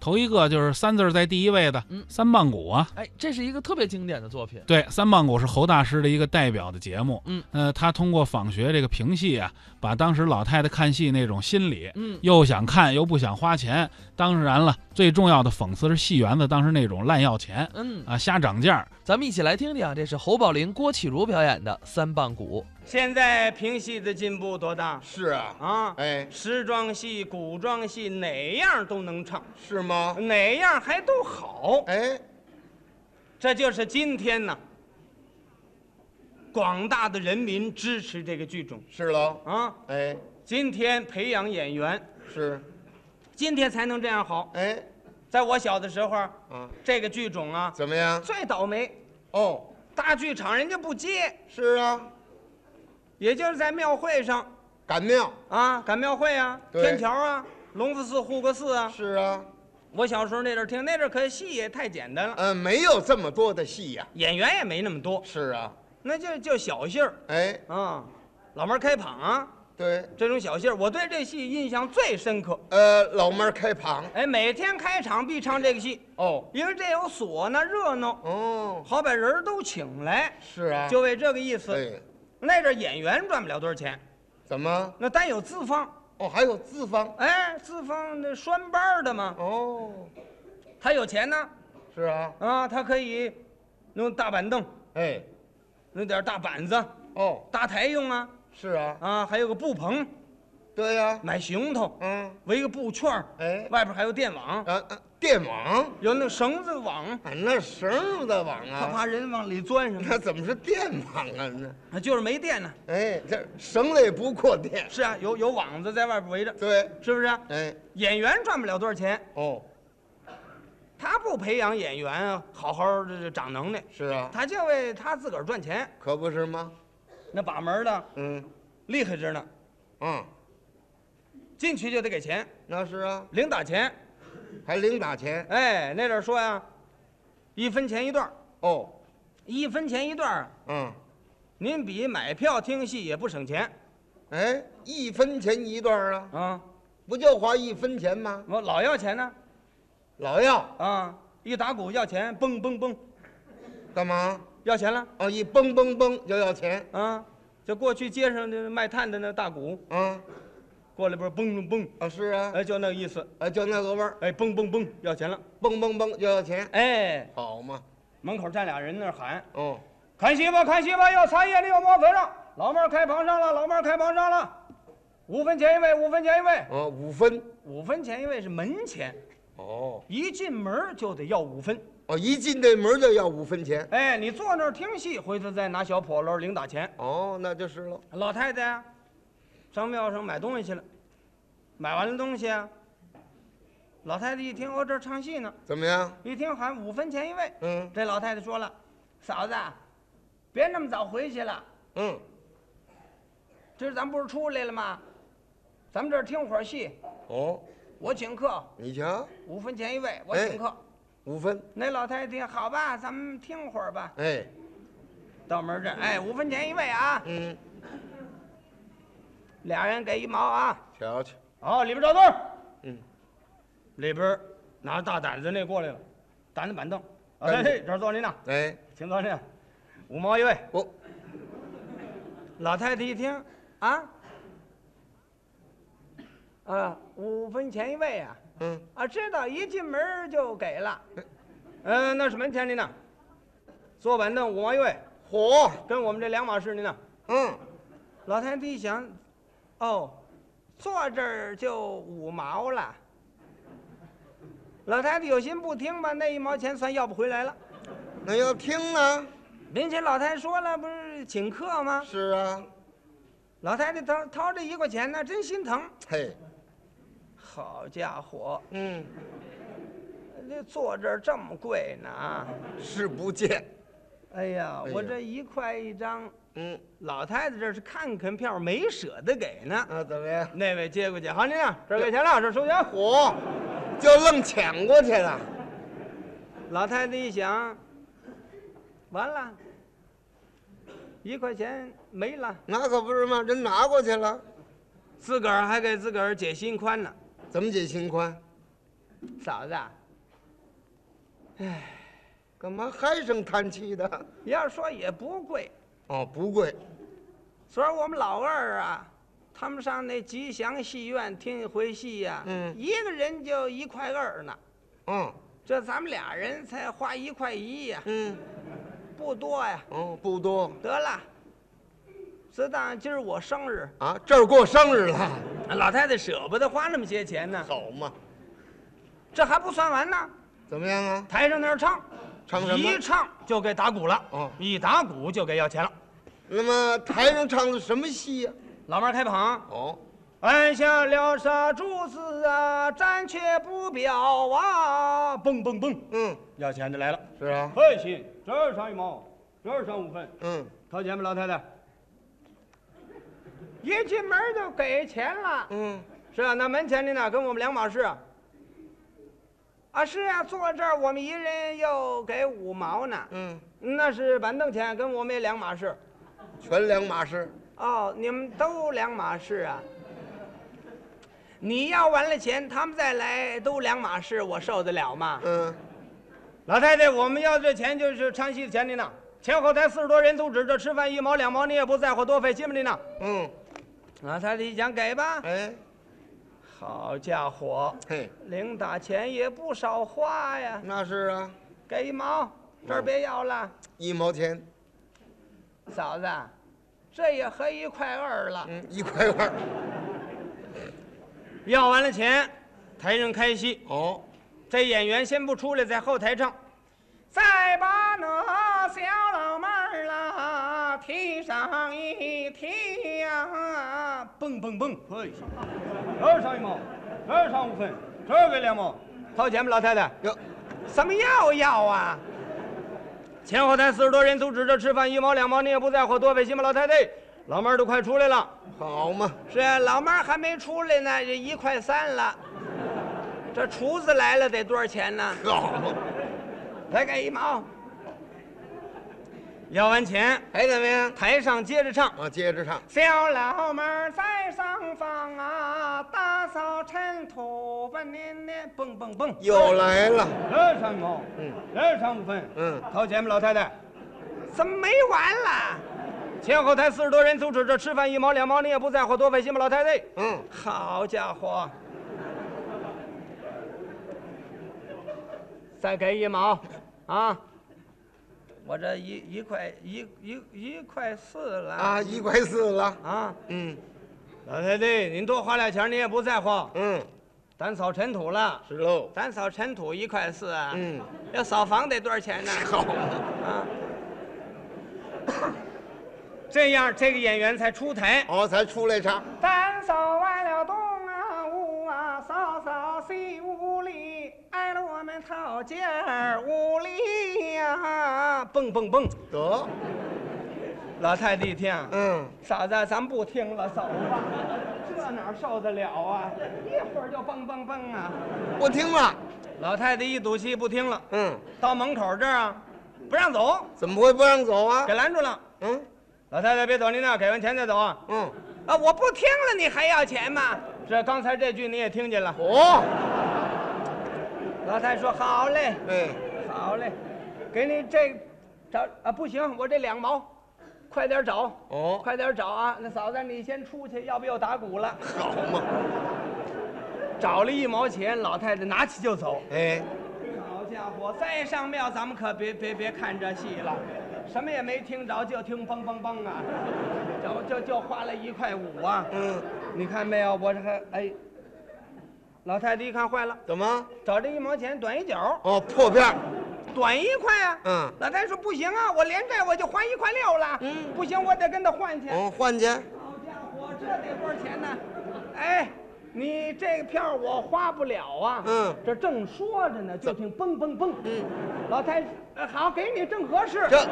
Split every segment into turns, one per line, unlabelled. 头一个就是三字儿在第一位的
嗯
三棒鼓啊，
哎，这是一个特别经典的作品。
对，三棒鼓是侯大师的一个代表的节目。
嗯，
呃，他通过仿学这个评戏啊，把当时老太太看戏那种心理，
嗯，
又想看又不想花钱。当然了，最重要的讽刺是戏园子当时那种烂要钱
嗯，
啊，瞎涨价儿。
咱们一起来听听啊，这是侯宝林、郭启儒表演的《三棒鼓
现在评戏的进步多大
是啊，
啊？
哎，
时装戏、古装戏哪样都能唱，
是吗？
哪样还都好。
哎，
这就是今天呢，广大的人民支持这个剧种
是喽，
啊。
哎，
今天培养演员，
是，
今天才能这样好。
哎，
在我小的时候，
啊，
这个剧种啊
怎么样？
最倒霉，
哦，
大剧场人家不接，
是啊，
也就是在庙会上
赶庙，
啊，赶庙会啊，
对
天桥啊，隆福寺、护国寺啊，
是啊，
我小时候那阵儿听，那阵儿可戏也太简单了，
呃，没有这么多的戏呀、
演员也没那么多，
是啊，
那就就小戏儿
哎，
啊，老门儿开膀啊，
对，
这种小戏儿，我对这戏印象最深刻。
呃，老妹儿开旁，
哎，每天开场必唱这个戏，
哦，
因为这有唢呐热闹，
哦，
好把人儿都请来，
是啊，
就为这个意思。
哎，
那阵儿演员赚不了多少钱，
怎么？
那单有资方，
哦，还有资方，
哎，资方那拴班儿的嘛，
哦，
他有钱呢，
是啊，
啊，他可以弄大板凳，
哎，
弄点儿大板子，
哦，
搭台用啊。
是啊，
啊，还有个布棚，
对呀、
买行头，
嗯，
围个布圈儿，
哎，
外边还有电网，
啊，啊电网，
有那绳子网，
啊，那绳儿的网
他
啊，
怕人往里钻什么
那怎么是电网啊？那。
的，就是没电呢。
哎，这绳子也不过电。
是啊，有有网子在外边围着，
对，
是不是啊？
哎，
演员赚不了多少钱，
哦，
他不培养演员啊，好好这长能耐，
是啊，
他就为他自个儿赚钱。
可不是吗？
那把门的
嗯，
厉害着呢，
嗯，
进去就得给钱，
那是啊，
零打钱。
还零打钱。
哎，那阵儿说呀，一分钱一段儿，
哦，
一分钱一段儿，啊
嗯，
您比买票听戏也不省钱
哎，一分钱一段啊，
啊。
不就花一分钱吗？
我老要钱呢，
老要
啊，一打鼓要钱，蹦蹦蹦，
干嘛？
要钱了
哦，一蹦蹦蹦就要钱。
啊！就过去街上那卖炭的那大鼓，
嗯，
过来不是蹦蹦蹦，
啊是啊，
哎，就那个意思，
啊就那个味儿，
哎，蹦蹦蹦，要钱了，
蹦蹦蹦就要钱，
哎，
好嘛。
门口站俩人那儿喊，
哦，
看戏吧，看戏吧，要茶叶的，要毛头上，老妹儿开房上了，老妹儿开房上了，五分钱一位，五分钱一位，
哦，五分。
五分钱一位是门钱，
哦，
一进门就得要五分，
哦，一进这门就要五分钱。
哎，你坐那儿听戏，回头再拿小笸箩零打钱。
哦，那就是了。
老太太啊，上庙上买东西去了，买完了东西啊，老太太一听哦，这儿唱戏呢，
怎么样？
一听喊五分钱一位，
嗯
这老太太说了，嫂子，啊别那么早回去了，
嗯。
今儿咱不是出来了吗？咱们这儿听会儿戏，
哦，
我请客，
你瞧，
五分钱一位，我请客。
五分，
那老太太听好吧，咱们听会儿吧。
哎，
到门这儿，哎，五分钱一位啊，
嗯，
俩人给一毛啊。
瞧瞧，
好，啊里边找座儿。
嗯，
里边儿拿着大胆子那过来了，胆子板凳。啊，
板凳
这这儿坐您呢，
哎，哦
请坐您。五毛一位。
我，
老太太一听，啊，啊，五分钱一位啊，
嗯，
啊，知道，一进门儿就给了。嗯、那是门钱您呢，坐板凳五毛一位，
火，
跟我们这两码事您呢。
嗯，
老太太一想，哦，坐这儿就五毛了。老太太有心不听吧，那一毛钱算要不回来了。
那要听啊呢？
并且老太太说了，不是请客吗？
是啊，
老太太掏掏这一块钱呢，真心疼。
嘿，
好家伙，
嗯，
这坐这儿这么贵呢啊！
是不见，
哎呀
哎，呀
我这一块一张，
嗯，
老太太这是看看票没舍得给呢。
那怎么样？
那位接过去，好，您呢？这儿给钱了，这儿收钱。
火，就愣抢过去了，
老太太一想，完了，一块钱没了，
那可不是嘛，人拿过去了，
自个儿还给自个儿解心宽呢。
怎么解心宽？
嫂子啊，
干嘛唉声叹气的？
要说也不贵，
哦，不贵，
昨儿我们老二啊，他们上那吉祥戏院听一回戏呀、
嗯
一个人就一块二呢，
嗯
这咱们俩人才花一块一呀、
嗯，
不多呀、
哦，不多
得了，知道今儿我生日，
啊，这儿过生日了，
老太太舍不得花那么些钱呢，
好嘛？
这还不算完呢，
怎么样啊？
台上那儿唱，
唱什么
一唱就给打鼓了，
哦
一打鼓就给要钱了。
那么台上唱的什么戏呀、
老妈儿开捧，
哦，
按下了杀柱子啊，暂且不表啊，蹦蹦蹦，
嗯，
要钱的来了，
是啊，
嘿行，这儿上一毛，这儿上五分，
嗯，
掏钱吧，老太太。一进门就给钱了，
嗯，
是啊，那门前的呢，跟我们两码事啊。啊，是啊，坐这儿我们一人又给五毛呢，
嗯，
那是板凳钱，跟我们也两码事。
全两码事。
哦，你们都两码事啊？你要完了钱，他们再来都两码事，我受得了吗？
嗯，
老太太，我们要这钱就是唱戏的钱的呢。前后台四十多人都指着吃饭一毛两毛，你也不在乎多费心的呢。
嗯，
老太太一讲给吧，
哎，
好家伙，
嘿，
零打钱也不少花呀，
那是啊，
给一毛，这儿别要了，
一毛钱，
嫂子，这也合一块二了。
嗯，一块二。
要完了钱，台上开戏，
哦，
这演员先不出来，在后台唱。再把那小老妹儿啦提上一提呀、蹦蹦蹦！嘿，这儿上一毛，这儿上五分，这儿给两毛，掏钱吧，老太太。
哟，
什么要要啊？前后台四十多人都指着吃饭，一毛两毛你也不在乎，多费心吧，老太太。老妹儿都快出来了。
好嘛，
是啊，老妈还没出来呢，这一块三了。这厨子来了得多少钱呢？
好嘛，
来给一毛。要完钱，
还哎怎么样？
台上接着唱。
啊，接着唱。
小老妹儿在上方啊，打扫尘土吧，年年蹦蹦蹦。
又来了，
来上一毛，
嗯，
来上五分，
嗯
掏钱吧，老太太。怎么没完了？前后台四十多人都指着吃饭一毛两毛，你也不在乎，多费心吧，老太太。
嗯，
好家伙！再给一毛，啊！我这一一块一一一块四了
啊，一块四了。
啊！
嗯
老太太，您多花俩钱，你也不在乎。
嗯，
咱扫尘土了，
是喽。
咱扫尘土一块四啊。
嗯，
要扫房得多少钱呢？
好嘛，
啊！这样，这个演员才出台。
哦，才出来唱。
咱扫完了东啊屋啊，扫扫西屋里，挨着我们套间儿屋里呀、蹦蹦蹦！
得，
老太太一听，
嗯，
嫂子，咱不听了，走吧，这哪儿受得了啊？一会儿就蹦蹦蹦啊！
不听了。
老太太一赌气不听了，
嗯，
到门口这儿啊，不让走，
怎么会不让走啊
给？拦住了。
嗯
老太太别走，您那给完钱再走啊！
嗯，
啊，我不听了，你还要钱吗？这刚才这句你也听见了。
哦，
老太太说：“好嘞，
哎，
好嘞，给你这找啊，不行，我这两毛，快点找，
哦
快点找啊！那嫂子你先出去，要不又打鼓了。
好嘛，
找了一毛钱，老太太拿起就走。
哎，
好家伙，再上庙咱们可别别别看这戏了，什么也没听着，就听梆梆梆啊，就就就花了一块五啊！
嗯，
你看没有，我这还哎，老太太一看坏了，
怎么？
找这一毛钱短一角儿。”
哦，破片儿
短一块啊。
嗯
老太太说不行啊，我连债我就还一块六了。
嗯
不行，我得跟他换去。
哦，换去。
好家伙，这得多少钱呢？哎，你这个票我花不了啊。
嗯
这正说着呢，就听蹦蹦蹦。
嗯，
老太太，呃好，给你正合适。
这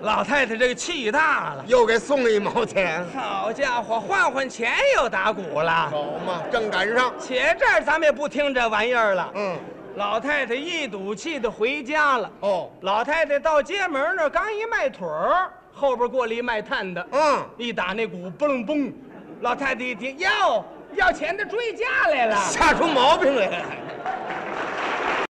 老太太这个气大了，
又给送了一毛钱，
好家伙，换换钱又打鼓了。
哦
好嘛，正赶上。
且这儿咱们也不听这玩意儿了。
嗯，
老太太一赌气的回家了。
哦，
老太太到街门那儿刚一迈腿儿，后边过来一卖炭的，
嗯，
一打那鼓，嘣嘣，老太太一听，哟，要钱的追嫁来了。
吓出毛病来了。